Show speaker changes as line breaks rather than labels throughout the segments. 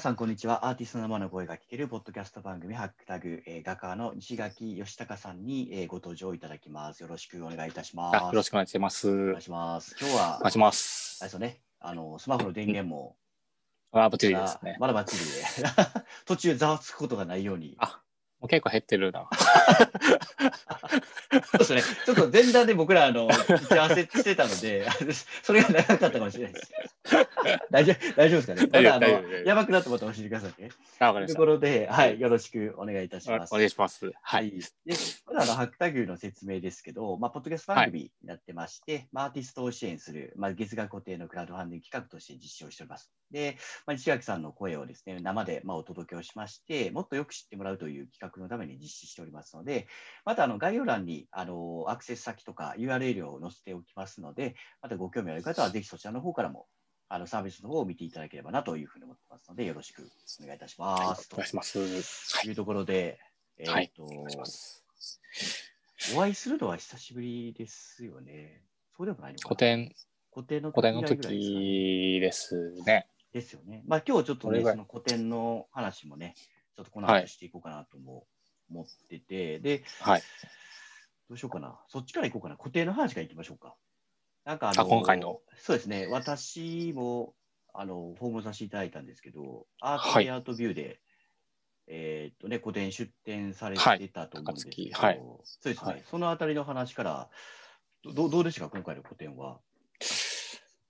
さん、こんにちは。アーティストの生の声が聞けるポッドキャスト番組、ハックタグ、えー、画家の西垣義隆さんに、えー、ご登場いただきます。よろしくお願いいたします。
あよろしくお願いします。
お
お
願いします。今日は、
願いします
あれで。すよね、あのスマホの電源も、
あ、バッチリ
ま
で
だ
すね。
まだバッチリで、 途中ざわつくことがないように。
あもう結構減ってるな。
そうですね。ちょっと前段で僕ら、あの、打ち合わせしてたので、 あれですそれが長かったかもしれないです。 大丈夫大丈夫ですかね。ま
大
だ、
丈夫
あの
大丈夫大丈、夫
やばくなったことを教えてくださいね。
あ、わか
とい
りま
う
し
こ
た。
とで、はい、よろしくお願いいたします。
お願いします。はい。。
で、まだあのハックタグの説明ですけど、まあ、ポッドキャスト番組になってまして、まあ、アーティストを支援する、まあ、月額固定のクラウドファンディング企画として実施をしております。で、まあ、西垣さんの声をですね、生でまあお届けをしまして、もっとよく知ってもらうという企画のために実施しておりますので、またあの概要欄にあのアクセス先とか URL を載せておきますので、またご興味ある方はぜひそちらの方からもあのサービスの方を見ていただければなというふうに思ってますので、よろしくお願いいたし
はい
ま
お
す。
願いします。はい
というところで、えっ、
はい
と、
お願いします。
お会いするのは久しぶりですよね。そうでもないのかな
古典、
個展の
古典の
以来ぐらいですかね
時ですね。
ですよね。まあ今日ちょっと
それ
ね、
ぐらい
その個展の話もね、ちょっとこの
は
後
い
していこうかなとも思ってて、で、
はい。
どうしようかな。そっちから行こうかな。固定の話から行きましょうか。なんかあの
あ今回の
そうですね。私も、あの、訪問させていただいたんですけど、アート
はい
レイアートビューで、えーっとね、個展出展され
はい
てたと思うんですけど、
高槻はい
そうですね。
はい
そのあたりの話から、どどうでしたか、今回の個展は。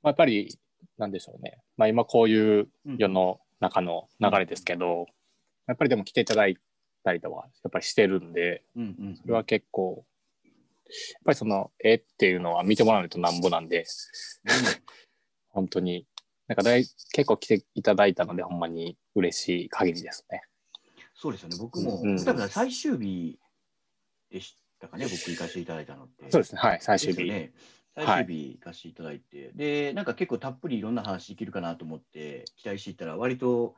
まあ、やっぱり、なんでしょうね。まあ、今こういう
うん
世の中の流れですけど、やっぱりでも来ていただいたりとか、やっぱりしてるんで、
うんうん
それは結構、やっぱりその絵っていうのは見てもらわないとなんぼなんで、本当に、なんか大結構来ていただいたので、ほんまに嬉しい限りですね。
そうですよね。僕も、
うん
多分最終日でしたかね、僕行かせていただいたのって。
そうですね、はい、最
で
終
すよ
日。
ね。最
はい
終日行かせていただいて、で、なんか結構たっぷりいろんな話できるかなと思って期待していたら、割と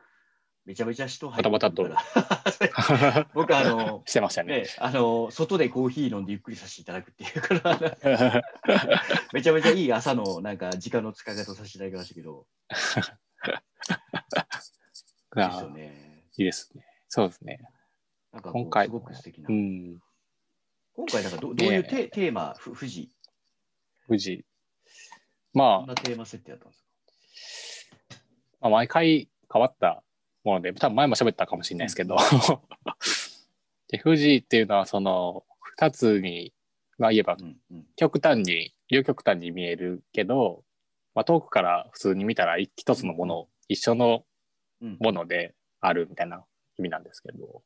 めちゃめちゃ人入ってくる
バタ
か
バ
ら 僕、あの、
してましたね。
ね、あの外でコーヒー飲んでゆっくりさせていただくっていうから、 めちゃめちゃいい朝のなんか時間の使い方をさせていただきましたけど、
い
で
や
すよね。
いいですね。そうですね。
なんかこう
今回
すごく素敵な。
うん。
今回、なんかどどういうテ,、テーマ、ふ富士、
富士。
ど
ま
ん
あ、
なテーマ設定だったんですか
まあ、毎回変わったもので、多分前も喋ったかもしれないで すけど。で、富士っていうのは、その、二つに、まあ言えば
うんうん
極端に両極端に見えるけど、まあ、遠くから普通に見たら一一つのもの一緒の
うん
ものであるみたいな意味なんですけど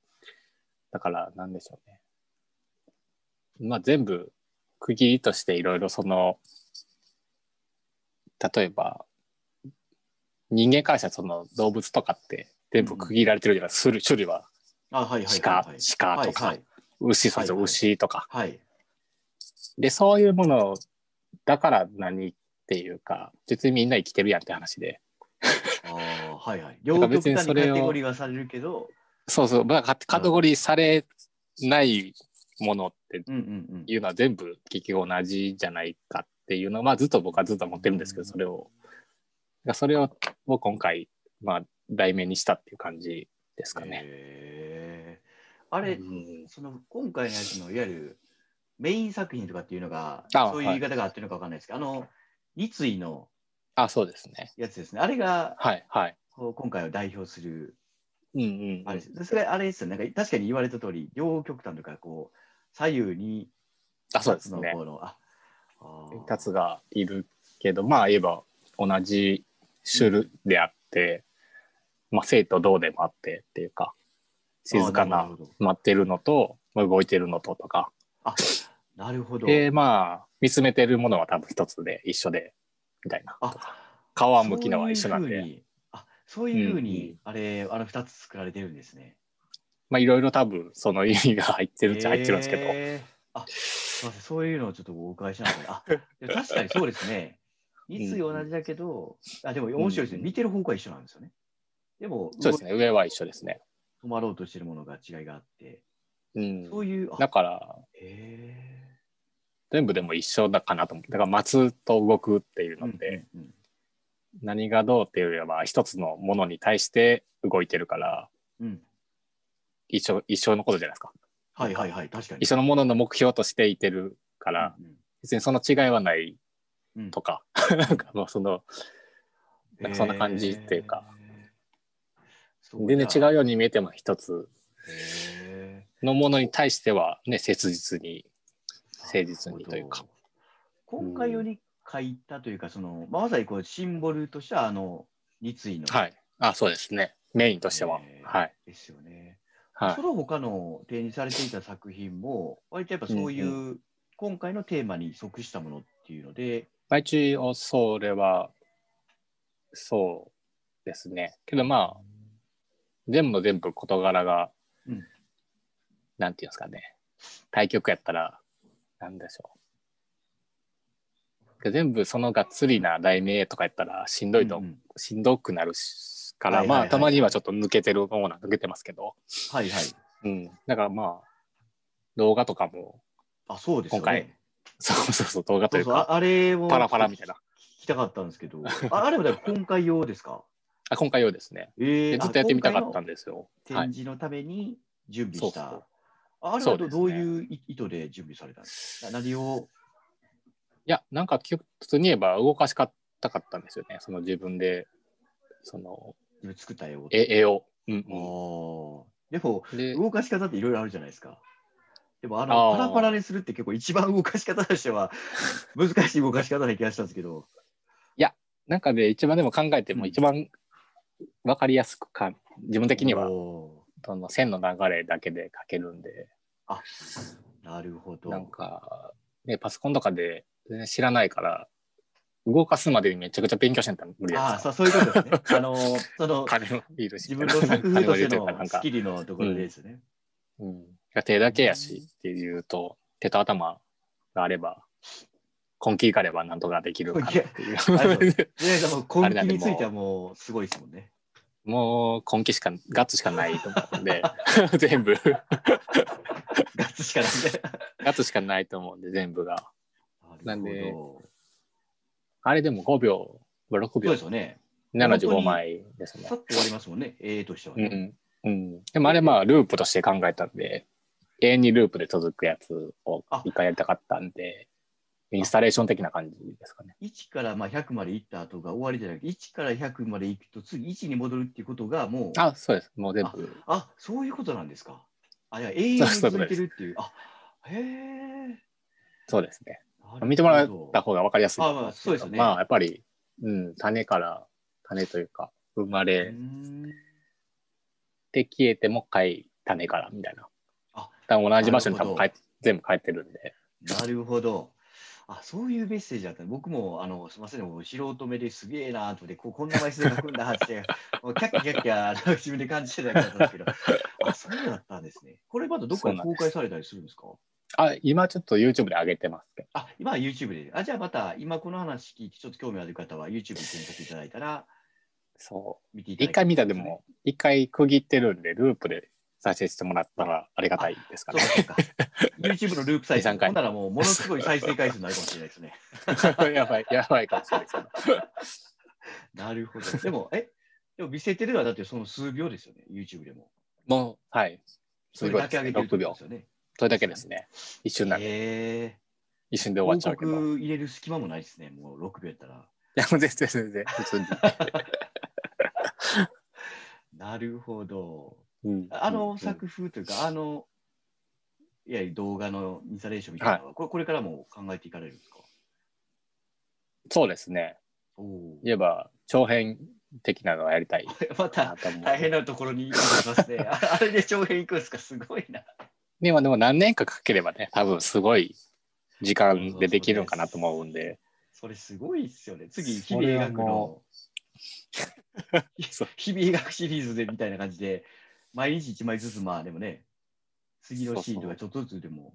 だからなんでしょうね、まあ、全部区切りとしていろいろその例えば人間からしたらその動物とかって全部区切られてるじゃないですか、種類種類は
あ、はいはいはい、
鹿
はい。
鹿とか
はい
牛そうです
はいはい
牛とか
はい。はい
でそういうものだから何っていうか別にみんな生きてるやんって話で
ああ、はいはい。両極端にカ
別にそれを
テゴリーはされるけど、
そうそうまあカカテゴリーされないものって
うんうん
いうのは全部結局同じじゃないかっていうのは、まあ、ずっと僕はずっと思ってるんですけどそれをだからそれをを今回、まあ、題名にしたっていう感じですか
うん。
ね。
へーあ
う
れ、
ん
その今回のやつのいわゆるメイン作品とかっていうのが、
あ
そういう言い方があってるのかわかんないですけど、あの、立位の
あそうですね。
やつですね。あれが
はいはい。
こう今回を代表する、
うんうん
あれです。それあれですよね。なんか確かに言われた通り、両極端とか、こう、左右に
あそうです
の
ね。
この、ああー
2つがいるけどまあ言えば同じ種類であって、まあ、生と同でもあってっていうか静か
あー
な
るほど
待ってるのとまあ動いてるのととか
あ、なるほど。
でまあ見つめてるものは多分一つで一緒でみたいな
あ
顔は向きのは一緒なん
そういうふう
で
にあそういうふうに、
うんうん
あれ、あの2つ作られてるんですね。
まあいろいろ多分その意味が入ってるっちゃ入ってるんですけど、
へーあすいません、そういうのをちょっとお伺いしなかった。あでも確かにそうです ね。いつ同じだけど、あでも面白いです
うん
ね。
うん
見てる方向は一緒なんですよね。でも、
そうですね上は一緒ですね。
止まろうとしてるものが違いがあって、
うん、
そういう、あ
だから
へ
全部でも一緒だかなと思ってだから待つと動くってい
ー
う
う
の
ん
で、
うんうん
何がどうっていうよりはまあ一つのものに対して動いてるから
うん。
一生一生のことじゃないですか
はいはいはい、確かに
一。緒のものの目標としていてるから、
うん
別にその違いはない
うん
とか、 なんかもうそのなんかそんな感じっていうか。
へーそう
全然
じ
違
ゃあ
うように見えても一つ
へ
のものに対してはね切実に
ー
誠実にというか。
今回より書いたというか、その、まあまさにこうシンボルとしては、あの、立位の。
はいあそうですねメインとしては、
えー
はい
ですよね。
は
その他の展示されていた作品も、割とやっぱそういう、
う
今回のテーマに即したものっていうので、
い一応それはそうですねけどまあ全部全部事柄が、
うん
なんていうんですかね対局やったらなんでしょう全部そのがっつりな題名とかやったらしんどいと、
うんうん
しんどくなるしから、
はいはいはい
まあたまにはちょっと抜けてる方な抜けてますけど、
はいはい。
うん、だからまあ動画とかも
あ、そうですよね。
今回そうそうそう動画と
そ
いうう
そう、
か
ああれを
パラパラみたいな
聞きたかったんですけど、ああれはだから今回用ですか
あ今回用ですね
え
でずっとやってみたかったん
で。
ですよ
今回の
はい
展示のために準備した。
そうそう
ああれ
そ
は
う
ど
ですね
どういう意意図で準備されたんですかな何を、
いや、なんかきゅ普通に言えば動かしかったかったんですよね。その自分で、その
自分作った絵を。
絵絵を。う
あ
ん
ーでも、
うん、で、
動かし方っていろいろあるじゃないですか。でも、あ
あ
の、パ
ー
ラパラにするって結構一番動かし方として は、難しい動かし方な気がしたんですけど。
なんかで一番でも考えて
う
も
ん
一番わかりやすくか、自分的には
お
その線の流れだけで描けるんで、
ーなるほど。
なんか、ね、パソコンとかで全然知らないから、動かすまでにめちゃくちゃ勉強しないと無理じゃない
ああ
で
ー、
す
そうそ
か。
ういうことですね。 あの、その、
金もいるし。
自分の作風として
金もいるいうかな
の
んか
スキルのところですよね。
うん、手だけやしっていうと手と頭があれば根気があればなんとかできるかなっていう
やあれでいや、でも
あ
根
れ
気
なんで
についてはもうすごいですもんね。
もう根気しかガッツしかないと思うんで 全部
ガッツしか ないね。
ガッツしかないと思うんで全部がなん
なる
で
ほ
あれでも5秒6
ど。そう
秒
ですよね。
75枚ですね
さっと終わりますもんね、A としては
う
ね。
ん、うん、でもあれまあループとして考えたんで永遠にループで続くやつを一回やりたかったんでインスタレーション的な感じですかね
1からまあ100まで行った後が終わりじゃなくて、1から100まで行くと次1に戻るっていうことがもう、あ
あそうですもう全部
そういうことなんですか。あ、いや、永遠に続いてるっていう。あ、へえ。
そうですね
なるほど
見てもらった方が分かりやすいと思んけど
あまあそうですね
まあやっぱり、うん、種から種というか生ま
うー
れ
ん
て消えてもう一回種からみたいな。
あ
多分同じ場所に
な
多
るほ
分
ど
帰っ全部帰ってるんで。
なるほど。あそういうメッセージだった。僕もあのすみません、もう素人目ですげえなーと思ってこう、こんな枚数で書くんだ って、もうキャッキャキャッキャあの自分で感じてただけだったんですけど、あそうだったんですね。これまだどっか
そう
に
なん
公
です
開されたりするんですか
あ、今ちょっと YouTube で上げてますけど。
あ今は YouTube で。あじゃあまた、今この話聞いて、ちょっと興味ある方は YouTube 検索いただいたら、
そ。
見ていうただ
一
け
回見たでも、一回区切ってるんで、ループで再生してもらったらありがたいですか
そう
ね
か。そうか。YouTube のループ再生。
二三回
ほんならもう、ものすごい再生回数になるかもしれないですね。
やばい、やばいかもしれないですけど。
なるほど。でも、えでも見せてるのはだってその数秒ですよね、YouTube でも。
もう、はい。
そ
す
れ
ごい
だけ
です
上
ね。
げてるってこ
6
と
秒
です。よね。
それだけですね。一瞬なんで、
え
一瞬で
え
終わっちゃ
広
うけど。
告入れる隙間もないですね、もう6秒やったら。
いや、もう 全然全然、普 通に。
なるほど。
うん
あ
う
の
ん
作風というか、あの、いや、動画のインスタレーションみたいなのは、これこれからも考えていかれるんですか
そうですね。
おお。
言えば、長編的なのはやりたい
ま た
なと思う。
大変なところに行きます ね。ああれで長編行くんですか、すごいな。
でも、でも何年かかければね、多分すごい時間でできるのかなと思うんで、
それすごいっすよね。次、日
そ
々
れは
描くの
も。 そう
日々描くシリーズでみたいな感じで、毎日1枚ずつ、まあでもね、次のシーンとかちょっとずつでも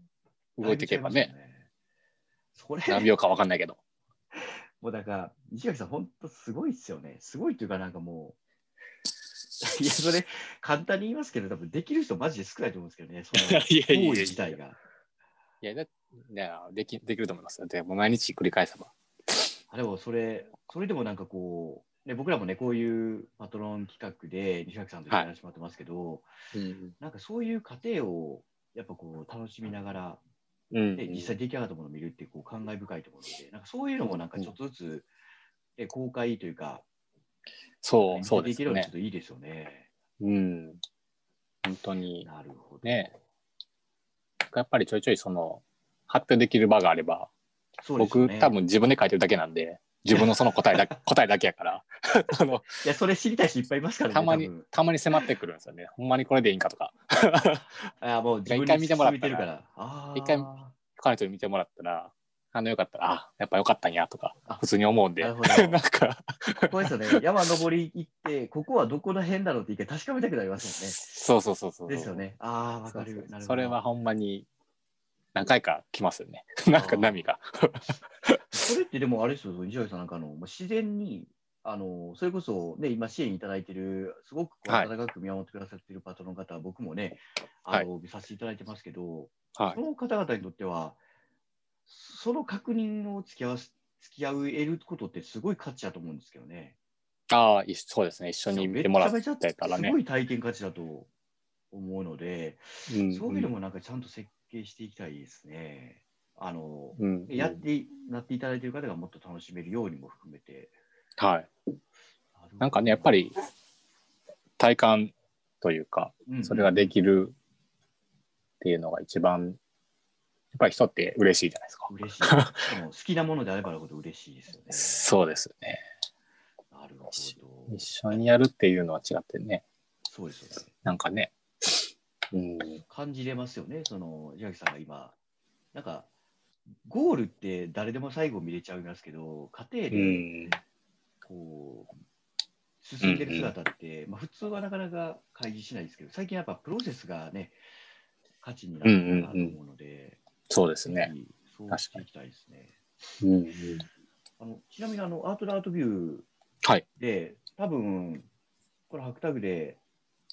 動いていけばね、。
それ、
何秒かわかんないけど。
もうだから、西垣さん、本当すごいですよね。すごいというか、なんかもう、いや、それ、簡単に言いますけど、多分できる人、マジで少ないと思うんですけどね、その
いやいやいや
行為自体が。
いや、だいやできできると思います。でも毎日繰り返せば。
あでも、それ、それでもなんかこう、で僕らもね、こういうパトロン企画で、西垣さんと一緒にやらせてもらってますけど、
うん。
なんかそういう過程を、やっぱこう、楽しみながら、
うん。
で実際出来上がったものを見るっていうこう感慨深いところで、なんかそういうのもなんかちょっとずつ、え公開というか、
そう、そう
で
で
き
す
るようにちょ
ね
っ。といいですよね。
うん。本当に。
なるほど。
ねやっぱりちょいちょいその、発表できる場があれば、
そうですよ
僕
ね、
多分自分で書いてるだけな んで、自分のその答えだ答えだけやから、あの、
いや、それ知りたい人いっぱいいますからね。
たまに
多分、
たまに迫ってくるんですよね。ほんまにこれでいいんかとか。
あもう自分
一回見てもらっ
見
た
て
ら
るから。あー
一回彼女に見てもらったら、あのよかったら、あ、やっぱよかったんやとか、普通に思うんで、
なる
な
ほど
んか、
こうですよね。山登り行って、ここはどこら辺だろうって一回確かめたくなります
そうそうそうそ
も
う。
んね。ですよね。ああ、わ
そ
か
うそう
る。なるほど
それはほんまに何回か来ますよね。なんか波が。
それってでもあれですよ、西脇さんなんかあのもう自然に、あのそれこそ、ね、今、支援いただいてる、すごくこう
はい
温かく見守ってくださってるパトロンの方、僕もね、
は
あ
い
の見させていただいてますけど、
は
その方々にとっては、その確認を付き合わせ付き合えることってすごい価値だと思うんですけどね。
い。ああ、いそうですね。一緒に見てもらっ
めちゃめち
て
ゃ
たら
す
ね
ご。い体験価値だと思うので、
うん
そういうのもなんかちゃんと設計していきたいですね。あの
うんうん
やってなっていただいている方がもっと楽しめるようにも含めて。
はい。なんかね、やっぱり体感というか、
うん
それができるっていうのが一番、やっぱり人って嬉しいじゃないですか。
嬉しい。しかも好きなものであればあるほど嬉しいです
そうですね。
よね。なるほど
一。緒にやるっていうのは違ってね、
そうですよね。
なんかね、うん、
感じれますよね。その、千秋さんが今、なんか、ゴールって誰でも最後見れちゃいますけど、家庭
う
で
ん、
こう、進んでる姿って、まあ普通はなかなか開示しないですけど、最近やっぱプロセスがね、価値になってるなと思うので、
そうです
ぜ
ね。
ひそうしていきたいですね。
うんうん、
あのちなみにあのアートラアートビュー
はい。
で、多分このハックタグで、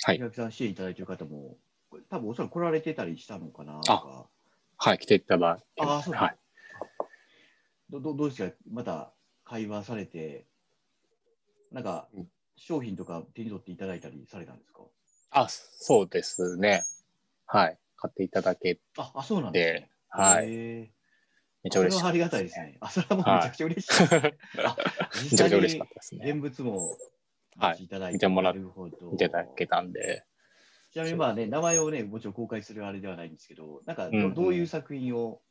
はい
平木さん支援いただいてる方も、これ多分おそらく来られてたりしたのかなとか、
はい、来ていただいて
あーそうだ
はい。
どどどうですか、また会話されて、なんか
うん
商品とか手に取っていただいたりされたんですか
あ、そうですね。はい。買っていただけ、
ああ、そうなんですね。
はい。
い。
めっちゃ
それ
嬉し
は
か
あ
っ
り
た
がたいですね。あ、それはもうめちゃくちゃ嬉しい。 あ
め
実
ちゃ
際
くちゃ嬉し
に
かったですね。
現物も
はい
いただいて、
見てもらっ
なるほど
いただけたんで。
ちなみにまあね、名前をね、もちろん公開するあれではないんですけど、なんかど,、
う
うん
うん
どういう作品を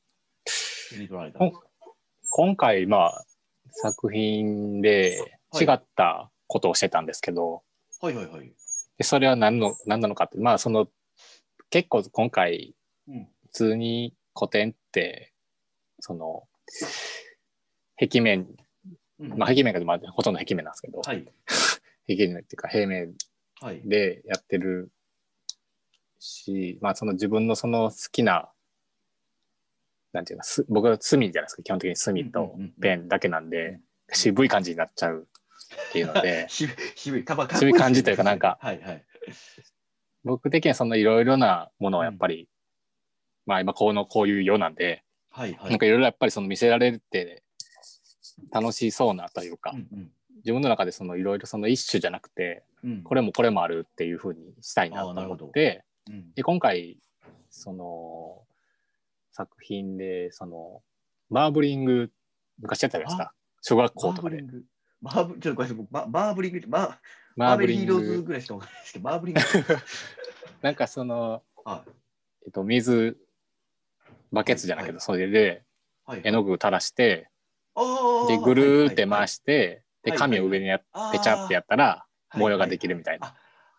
手に取られたんですか
今回、まあ、作品で
はい
違ったことをしてたんですけど、
はいはいはい。
でそれは何の、何なのかって、まあ、その、結構今回、
うん、
普通に古典って、その、壁面、
うん
まあ、壁面が、まあ、ほとんど壁面なんですけど、
はい。
壁面っていうか平面
はい。
でやってるし、まあその自分のその好きな、なんていうの、す僕は隅じゃないですか、基本的に
うん
隅
うん
と
うんうん
ペンだけなん
う
で
ん、
渋い感じになっちゃうっていうので、
渋い、渋い、かばかっこ
渋い感じというかなんか
はいはい。
僕的にはそのいろいろなものをやっぱり、まあ今このこういう世なんで、
はいはい。
なんかいろいろやっぱりその見せられて楽しそうなというか
う、んうん
自分の中でそのいろいろその一種じゃなくて、
うん、
これもこれもあるっていうふうにしたいなと
あーなるほ
思
ど
って、
うん、
で今回その作品でそのマーブリング昔やったじゃないですか小学
バ
校
ー
とか
ブリ
で
ング。バーブちょっとごめんなさい、僕ババーブリングって、バー
マ
バ
ー
ー
ブ
ベ
リ
リー
ン
ヒーローズ
グ
ぐらいしかわかんないですけど、バーブリング。
なんかその、
は
えっと、水バケツじゃないけど、
は
それで
い。はい、
絵の具を垂らして
あ
でぐるーって回
し
して、
は
で
い
紙を上にやって、
て
ペチャってやったら模様ができるみたいな、
あ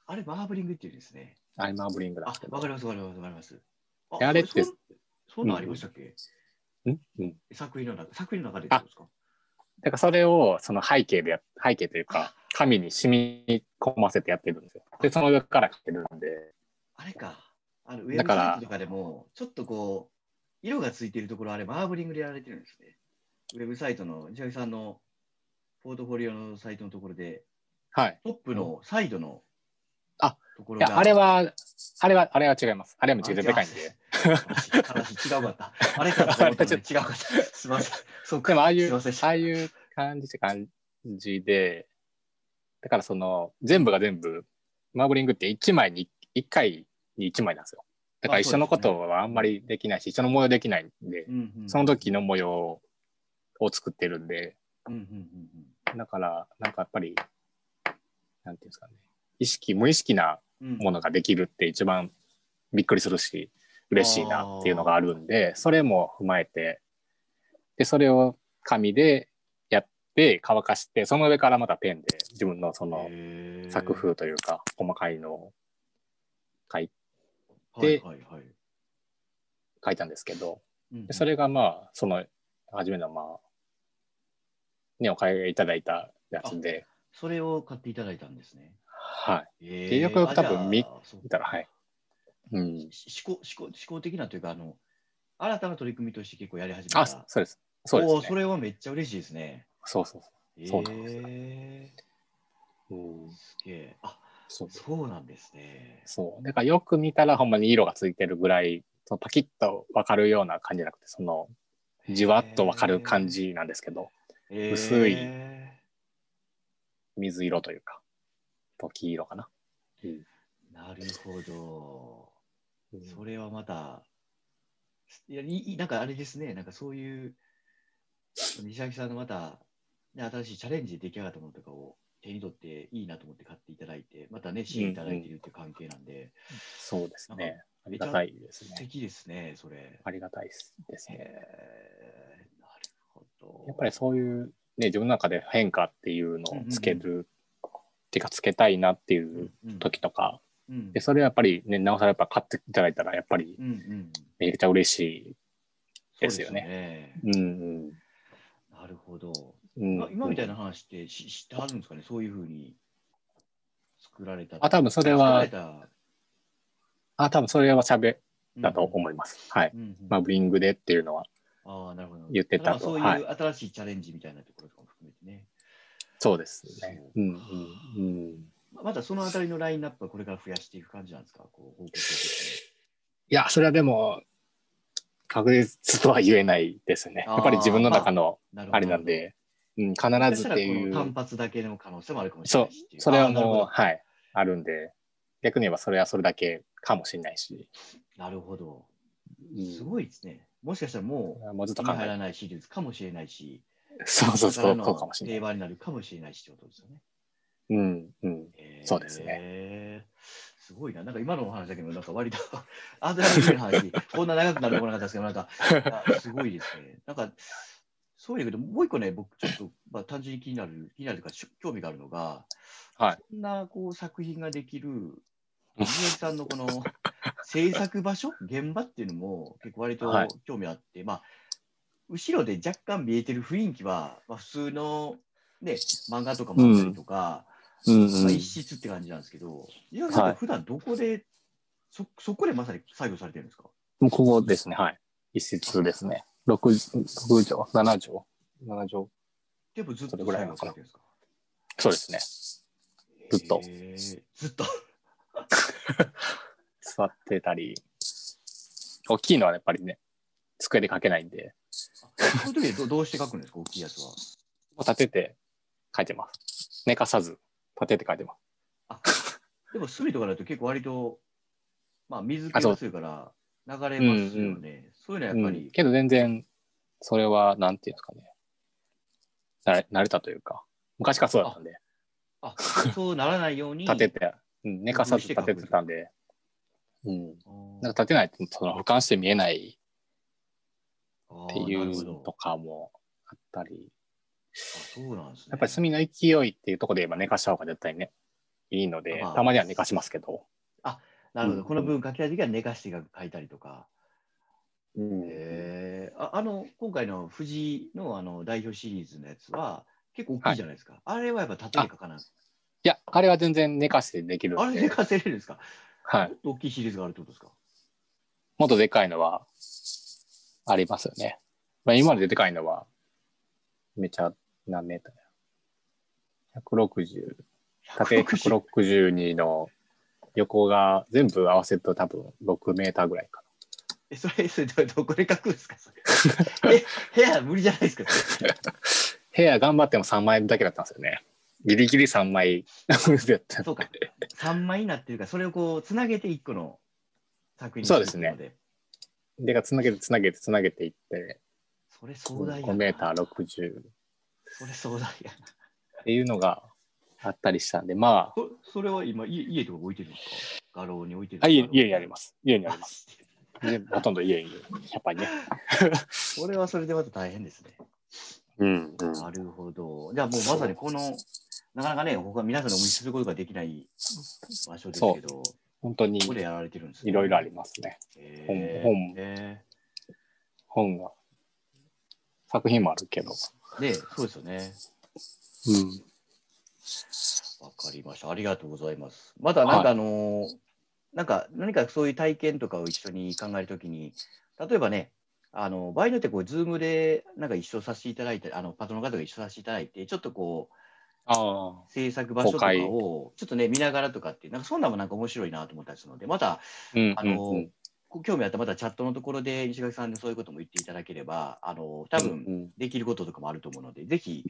あれ、バーブリングっていうんですね。
あれマーブリングなん
あ
ですけ、ど
わかります、わかります、わかります。
であれって
そんそんなんありましたっけ、
うんうん、
作品の中、作品の中でってことですか
だからそれをその背景でや背景というか
あ
紙に染み込ませてやってるんですよでその上から描けるんで
あれか。あのウェブサ
だ
イ
から
トとかでも、ちょっとこう、色がついてるところ、あれ、マーブリングでやられてるんですね。ウェブサイトの、千秋さんのポートフォリオのサイトのところで、
はい
トップのサイドの
あ
ところ
いや、あれ、は、あれは、あれは違います。あれはめちゃ
あ
くちゃでかいんで。。
違う話、話違うかった。あれかと 思ったのに違うかった。すみません。そうか
でも、ああい、
すいうません
ああいう感じって感じで、だからその全部が全部マーブリングって1枚に1回に1枚なんですよだから一緒のことはあんまりできないし、一緒の模様できないんで、
うんうん
その時の模様を作ってるんで
うんうんうん
だからなんかやっぱりなんていうんですかね意識無意識な
うんうん
ものができるって一番びっくりするし嬉しいなっていうのがあるんでそれも踏まえてでそれを紙でやって乾かしてその上からまたペンで自分のその
へー
作風というか細かいのを書い
はいはいはい
書いたんですけど
うんうん
でそれがまあその初めのまあねお買いいただいたやつで
それを買っていただいたんですね。
は
え
よくよく多分見い見た
た
らはいうん
思考思考思考的なというかあの、新たな取り組みとして結構やり始めた。
あそうですそうで
おー
す
そ
ね
れはめっちゃ嬉しいですね。
そうそうそうなんです
え
そううん
ー、すげえ。あ
そう
そうなんですね。
そう。だからよく見たらほんまに色がついてるぐらい、そのパキッとわかるような感じじゃなくて、そのじわっとわかる感じなんですけど、
へー。
薄い
え
水色というか、時色かな。
ーなるほど。
うん
それはまた、いやいいなんかあれですね、なんかそういう、西脇さんのまた、ね、新しいチャレンジで出来上がったものとかを手に取っていいなと思って買っていただいて、またね、支援いただいているっていう関係なんで、
そうですね。あ
め
り
ちゃ
がたいです
素
ね。
敵ですね、それ。
ありがたいですです
へー
ね。
なるほど。
やっぱりそういう、ね、自分の中で変化っていうのをつける、っていうかつけたいなっていう
うん
時と
う
か、
ん
でそれはやっぱりね、なおさらやっぱ買っていただいたら、やっぱり
うんうん
めちゃ嬉しですよね
そうね
い。うん
なるほど。
うん。う
今
ん
今みたいな話ってし知ってはるんですかね、そういうふうに作られた。
あ多分それは
作られた
あ、多分それは喋だと思います。はい。
うんうん
まあ、ブリングでっていうのは、
ああ、なるほど。
言ってたと
だから
は
そうい
い
う新しいチャレンジみたいなところとかも含めてね。
そうですね。、
そううん
うん、うん。
ままだそのあたりのラインナップはこれから増やしていく感じなんですかこう方向性
いや、それはでも、確実とは言えないですね。
あー
やっぱり自分の中の
的に。なるほど
あれなん。で、うん、必
もし
ず
かした
って
らこ
い
の単
う、
発だけの可能性もあるかもしれ
そ
な
う
いしってい、う。
それは
あーなるほ
も
ど
う、はい、あるんで、逆に言えばそれはそれだけかもしれないし、
なるほど。
うん
すごいですね。もしかしたらもう、
もうずっと
手
考
に入
え
らないシリーズかもしれないし、
そうそうそ
これ
う、そう
ら
か
の
もしれ
定
ない。
番になるかもしれないしってことですよね。
うん、うん。
えー
そうですね
すごいな、なんか今のお話だけど、なんか割と アドラーの話、こんな長くなるものなかったですけど、なんか、あすごいですね。なんか、そういうけど、もう一個ね、僕、ちょっと、まあ、単純に気になる、気になるというか、し興味があるのが、
はい
そんなこう作品ができる、宮崎さんのこの制作場所、現場っていうのも、結構割と
はい
興味あって、まあ、後ろで若干見えてる雰囲気は、まあ、普通の、ね、漫画とかもあったりとか、
うん、う
まあ、
ん
一。室って感じなんですけど、井上さんって普段どこで、そそこでまさに作業されてるんですか
もうここですね、はい。一室ですね。六6畳、7畳 ?7 畳
でもずっと
そ
作
れぐらい
業
なの
さ
か
れ
な
てるんですか
そうですね。ずっと
へーずっと。
座ってたり、大きいのはやっぱりね、机で書けないんで、
そういう時 はどどうして書くんですか大きいやつは。
もう立てて書いてます。寝かさず、立てて書いてます。
あでも隅とかだと結構割と、まあ、水気
あそ
が
う
強いから流れますよね。そういうのはやっぱ
うん
り、
けど全然、それは、なんていうんですかね。慣れ慣れたというか、昔からそうだったんで、
あそうならないように。
立てて、うん、寝かさず
工夫して書
立
く
ててたんで、うん。
あー
なんか立てないと、その俯瞰して見えない
あ
って
ー
い
なるほ
う
ど
とかもあったり、
あそうなんですね。
やっぱり炭の勢いっていうところで言えば寝かした方が絶対ね、いいので
まあ、
たまには寝かしますけど、
なるほ
う
ど。
ん
この分書き味が寝かして書いたりとか。
うん
えーああの今回の藤井のあの代表シリーズのやつは結構大きいじゃないですか。あれはやっぱ縦に書かない。
いや、あれは全然寝かしてできる
あ
ん
れで
で、
稼れるんですか、
はい
も、っと大きいシリーズがあるってことですか
もっとでかいのはありますよね。まあ、今まででかいのは、めちゃ何メートルや ?160、縦
160
162の横が全部合わせると多分6メーターぐらいか
えそれ、それどどこで書くんですかそ れえ部屋無理じゃないですか
な。部屋頑張っても3枚だけだったんですよね。ギリギリ3枚 やった
そうか。3枚になってるから、それをこう、つなげて1個の作品に
そうですね
なるので。
でがつなげてつなげてつなげていって
それ壮大やな。
5メーター60っ
それ壮大やな。
ていうのがあったりしたんでま
そそれは今、家家とか置いてるんですか画廊に置いてる
ああ家家にあ
や
ります家にあり ます
す。
全部ほとんど家にやっぱりね
それはそれでまた大変ですね。
うん、うん、
なるほど。じゃあもうまさにこの、なかなかね、他皆さんのお見せすることができない場所ですけど、こ
本当に
こでやられてるんですね
いろいろありますね
へー
本本
へ
本が作品もあるけど、
ーで、そうですよね。
うん、
わかりました。ありがとうございます。またなん
は
かあのーなんか何かそういう体験とかを一緒に考えるときに、例えばね、あの場合によってこう、ズームでなんか一緒させていただいて、あのパートナーの方が一緒させていただいて、ちょっとこ
あ
う、制作場所とか
公開
をちょっとね、見ながらとかって、なんかそんなんもなんか面白いなと思ったりするので、また、
うんうんうん
あのーこう興味あったらまたチャットのところで西垣さんにそういうことも言っていただければ、あのー多
う
分
んうん
できることとかもあると思うので、ぜひ、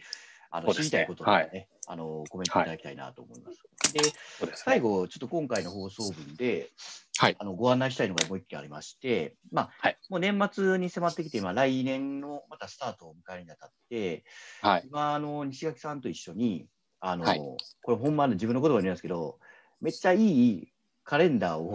あの
そう
知
です
り
ね
たいこととかね、あのコメントいただきたいなと思います。で、
そうですね
最後、ちょっと今回の放送分で、
はい
あのご案内したいのがもう一件ありまして、まあ
はい
もう年末に迫ってきて、今、来年のまたスタートを迎えるにあたって、
はい
今、あの西垣さんと一緒に、あの
はい
これ、ほんまの自分の言葉になるんですけど、めっちゃいいカレンダーを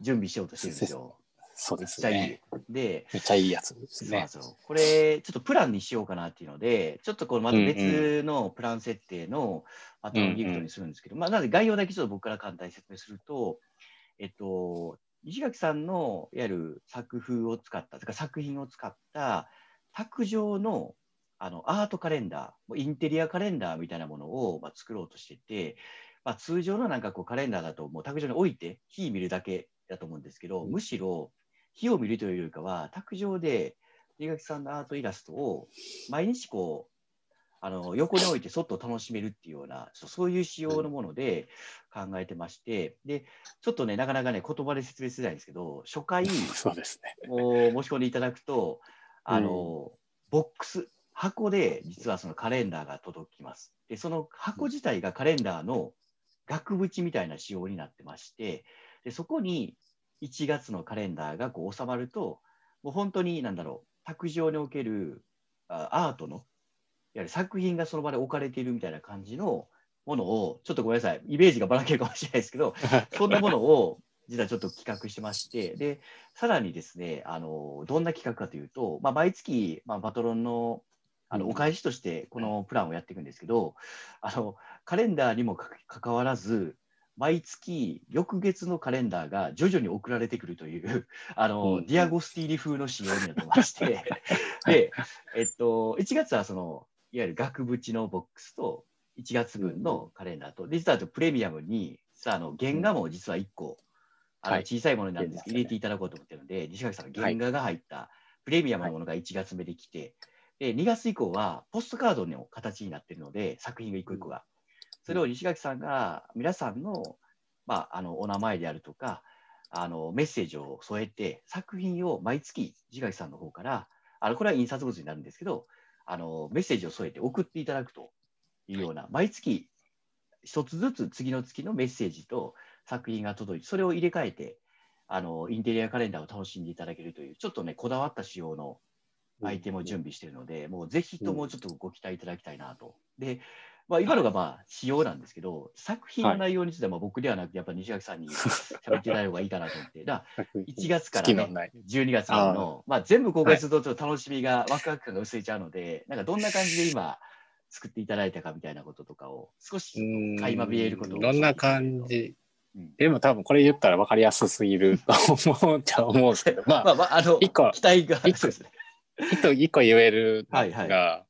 準備しようとしてるんですよ。
そうです
めっちゃいい
ね。
で、
めっちゃいいやつです
そうなん
ね
で。すよこれ、ちょっとプランにしようかなっていうので、ちょっとこのまた別のプラン設定のあとのギフトにするんですけど、まあ、なので概要だけちょっと僕から簡単に説明すると、えっと、石垣さんのいわゆる作風を使った、とか作品を使った卓上のあのアートカレンダー、もうインテリアカレンダーみたいなものを、まあ、作ろうとしてて、まあ、通常のなんかこうカレンダーだと、もう卓上に置いて火見るだけだと思うんですけど、むしろ火を見るというよりかは、卓上で石垣さんのアートイラストを毎日こう、あの横に置いてそっと楽しめるっていうような、そうそういう仕様のもので考えてまして、で、ちょっとね、なかなかね、言葉で説明しづらいんですけど、初回、
そうです ね。
もう申し込んでいただくと、あの、ボックス、箱で実はそのカレンダーが届きます。で、その箱自体がカレンダーの額縁みたいな仕様になってまして、でそこに1月のカレンダーがこう収まると、もう本当に、なんだろう、卓上におけるあアートの、いわゆる作品がその場で置かれているみたいな感じのものを、ちょっとごめんなさい、イメージがばらけるかもしれないですけど、 そんなものを実はちょっと企画してまして、で、さらにですね、あの、どんな企画かというと、まあ、毎月、まあ、パトロンの、あの、
うん
お返しとして、このプランをやっていくんですけど、あの、カレンダーにもかかかわらず、毎月、翌月のカレンダーが徐々に送られてくるという、あの、
うん
ディアゴスティーリ風の仕様になってま して、で、えっと、1月はその、いわゆる額縁のボックスと、1月分のカレンダーと、で、実はあとプレミアムに、さあ、の、原画も実は1個、あの
はい
小さいものになるんですけど、入
入
れ
れて
ていただこうと思ってるので、西垣さんの原画が入ったプレミアムのものが1月目で来て、で、2月以降はポストカードの形になってるので、作品が一個一個が。それを西垣さんが皆さんの、まあ、あの、お名前であるとか、あの、メッセージを添えて、作品を毎月、西垣さんの方から、あの、これは印刷物になるんですけど、あの、メッセージを添えて送っていただくというような、毎月、一つずつ次の月のメッセージと作品が届いて、それを入れ替えて、あの、インテリアカレンダーを楽しんでいただけるという、ちょっとね、こだわった仕様のアイテムを準備しているので、もうぜひともちょっとご期待いただきたいなと。で、まあ、今のがまあ仕様なんですけど、作品の内容についてはまあ僕ではなくて、やっぱ西垣さんに喋っていただいた方がいいかなと思って、だか
備
ら1月から、
月の
ね、
ない。
12月までのまあ、全部公開するとちょっと楽しみが、ワクワク感が薄れちゃうので、なんかどんな感じで今、作っていただいたかみたいなこととかを少し、垣間見えることを
どんな感じ
うん
でも多分これ言ったら分かりやすすぎると思うっち ゃ思うんですけど、ま
ま
あ、
あまあ、あの、
一個
期待が、
一個
そうですね。
一個一個言えるのが、
はい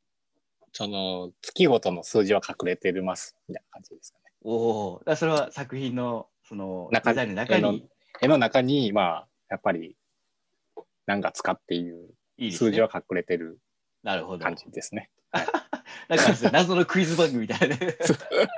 その月ごとの数字は隠れてますみたいな感じですかね。
おお、だからそれは作品の、その、
中
デザインの中
あの
に、
絵の中に、まあ、やっぱり何月かっていう
いいです
数字
ね
は。隠れてる
なるほど。
感じですね。
なんかあれですね謎のクイズ番組みたいなね。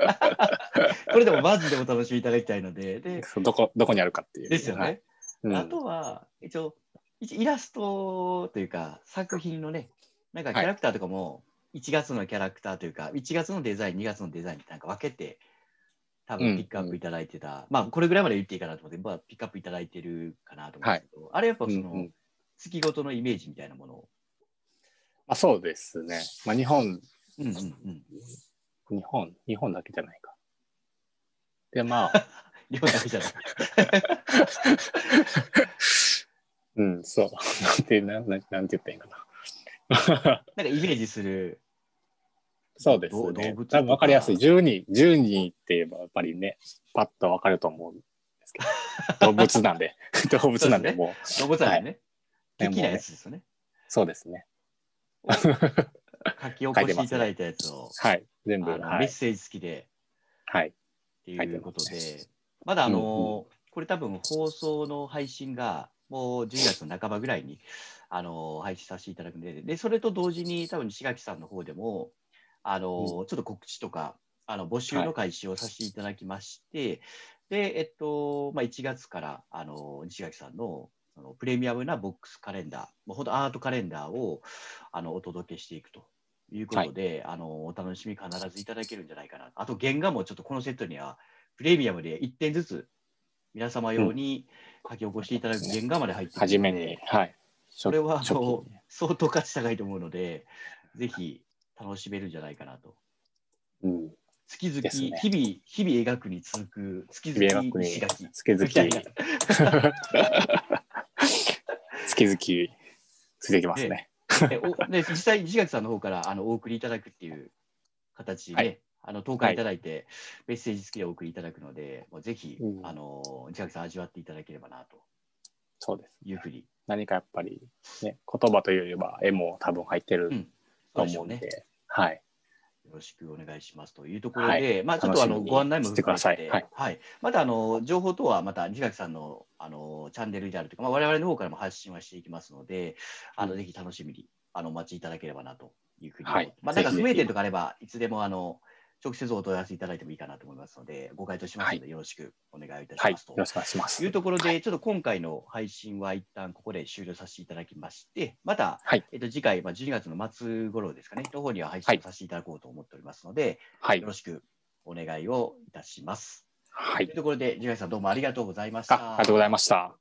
これでもマジでお楽しみいただきたいので。で
そうどこどこにあるかっていう。
ですよ
はい
ね。
うん
あとは、一応、一イラストというか、作品のね、なんかキャラクターとかも、 1月のキャラクターというか、1月のデザイン、2月のデザインってなんか分けて、多分ピックアップいただいてた、まあ、これぐらいまで言っていいかなと思って、まあ、ピックアップいただいてるかなと思うんですけど、あれやっぱその、
うんうん
月ごとのイメージみたいなものを、
あ、そうですね。まあ、日本、
うんうんうん、
日本、日本だけじゃないか。で、ま あ、
量だけじゃない。
うん、そう。なんて、なんなんなんて言ったらいいんかな。
なんかイメージする、
そうです
ど動
ね
物。とか
多分分かりやすい。12、12って言えばやっぱりね、パッと分かると思うんですけど、 動物なんで、動物なんで、もう、
動物なんでね、
はい
好きなやつですよね。
そうですね。
書き起こしていただいたやつを、
はい。全部、
あの
は
メッ
い。
セージ付きで
はい。
っていうことで、まだあの、これ多分放送の配信がもう10月の半ばぐらいにあの配信させていただくんで、でそれと同時に多分西垣さんの方でも、あのちょっと告知とか、あの募集の開始をさせていただきまして、で、えっと、まあ、1月からあの西垣さんのあのプレミアムなボックスカレンダー、もうほんとアートカレンダーをあのお届けしていくということで、あのお楽しみ必ずいただけるんじゃないかな。あと原画もちょっとこのセットにはプレミアムで1点ずつ皆様用に書き起こしていただく原画まで入ってるので
初めに、はい。
これはあ
初
の
初期に
相当価値高いと思うので、ぜひ楽しめるんじゃないかなと。
うん、
月々、
です
日
ね
々、日々描くに続く、月
日々描
々
くに
石垣。
月々、
みた い
月々、ついてきますね。
な でおで実際、石垣さんの方からあのお送りいただくっていう形で、
はい
あの投函いただいて、メッセージ付きでお送りいただくので、もうぜひ、
うん
あの石垣さん味わっていただければなと
そうです。
いうふうに。
何かやっぱり、ね、言葉というよりは、絵も多分入ってる
うん
と
そうでしょ
思う
うんね
で、。はい。
よろしくお願いしますというところで、
は
まあちょっとあ
楽
の
しみに
ご案内も
してくださいはい
またあの情報等はまた西垣さんのあのチャンネルであるとか、まあ、我々の方からも発信はしていきますので、あの
うん
ぜひ楽しみにあのお待ちいただければなというふうに思
は
っ
い
て、まあなんか
ぜひ
不
ぜひ
明点とかあればいつでもあの直接お問い合わせいただいてもいいかなと思いますので、ご回答しますのでよろしくお願いいた
は
しま
い。よ
すと。
ろしくお願いしま
とい
す
う。ところで、ちょっと今回の配信は一旦ここで終了させていただきまして、また、
はい
えっと、次回、まあ、12月の末頃ですかね、の方には配信をさせていただこうと思っておりますので、
はい
よろ。しくお願いをいたします。
は
とい
い。
うところで、次回さんどうもありがとうございました。
あありがとうございました。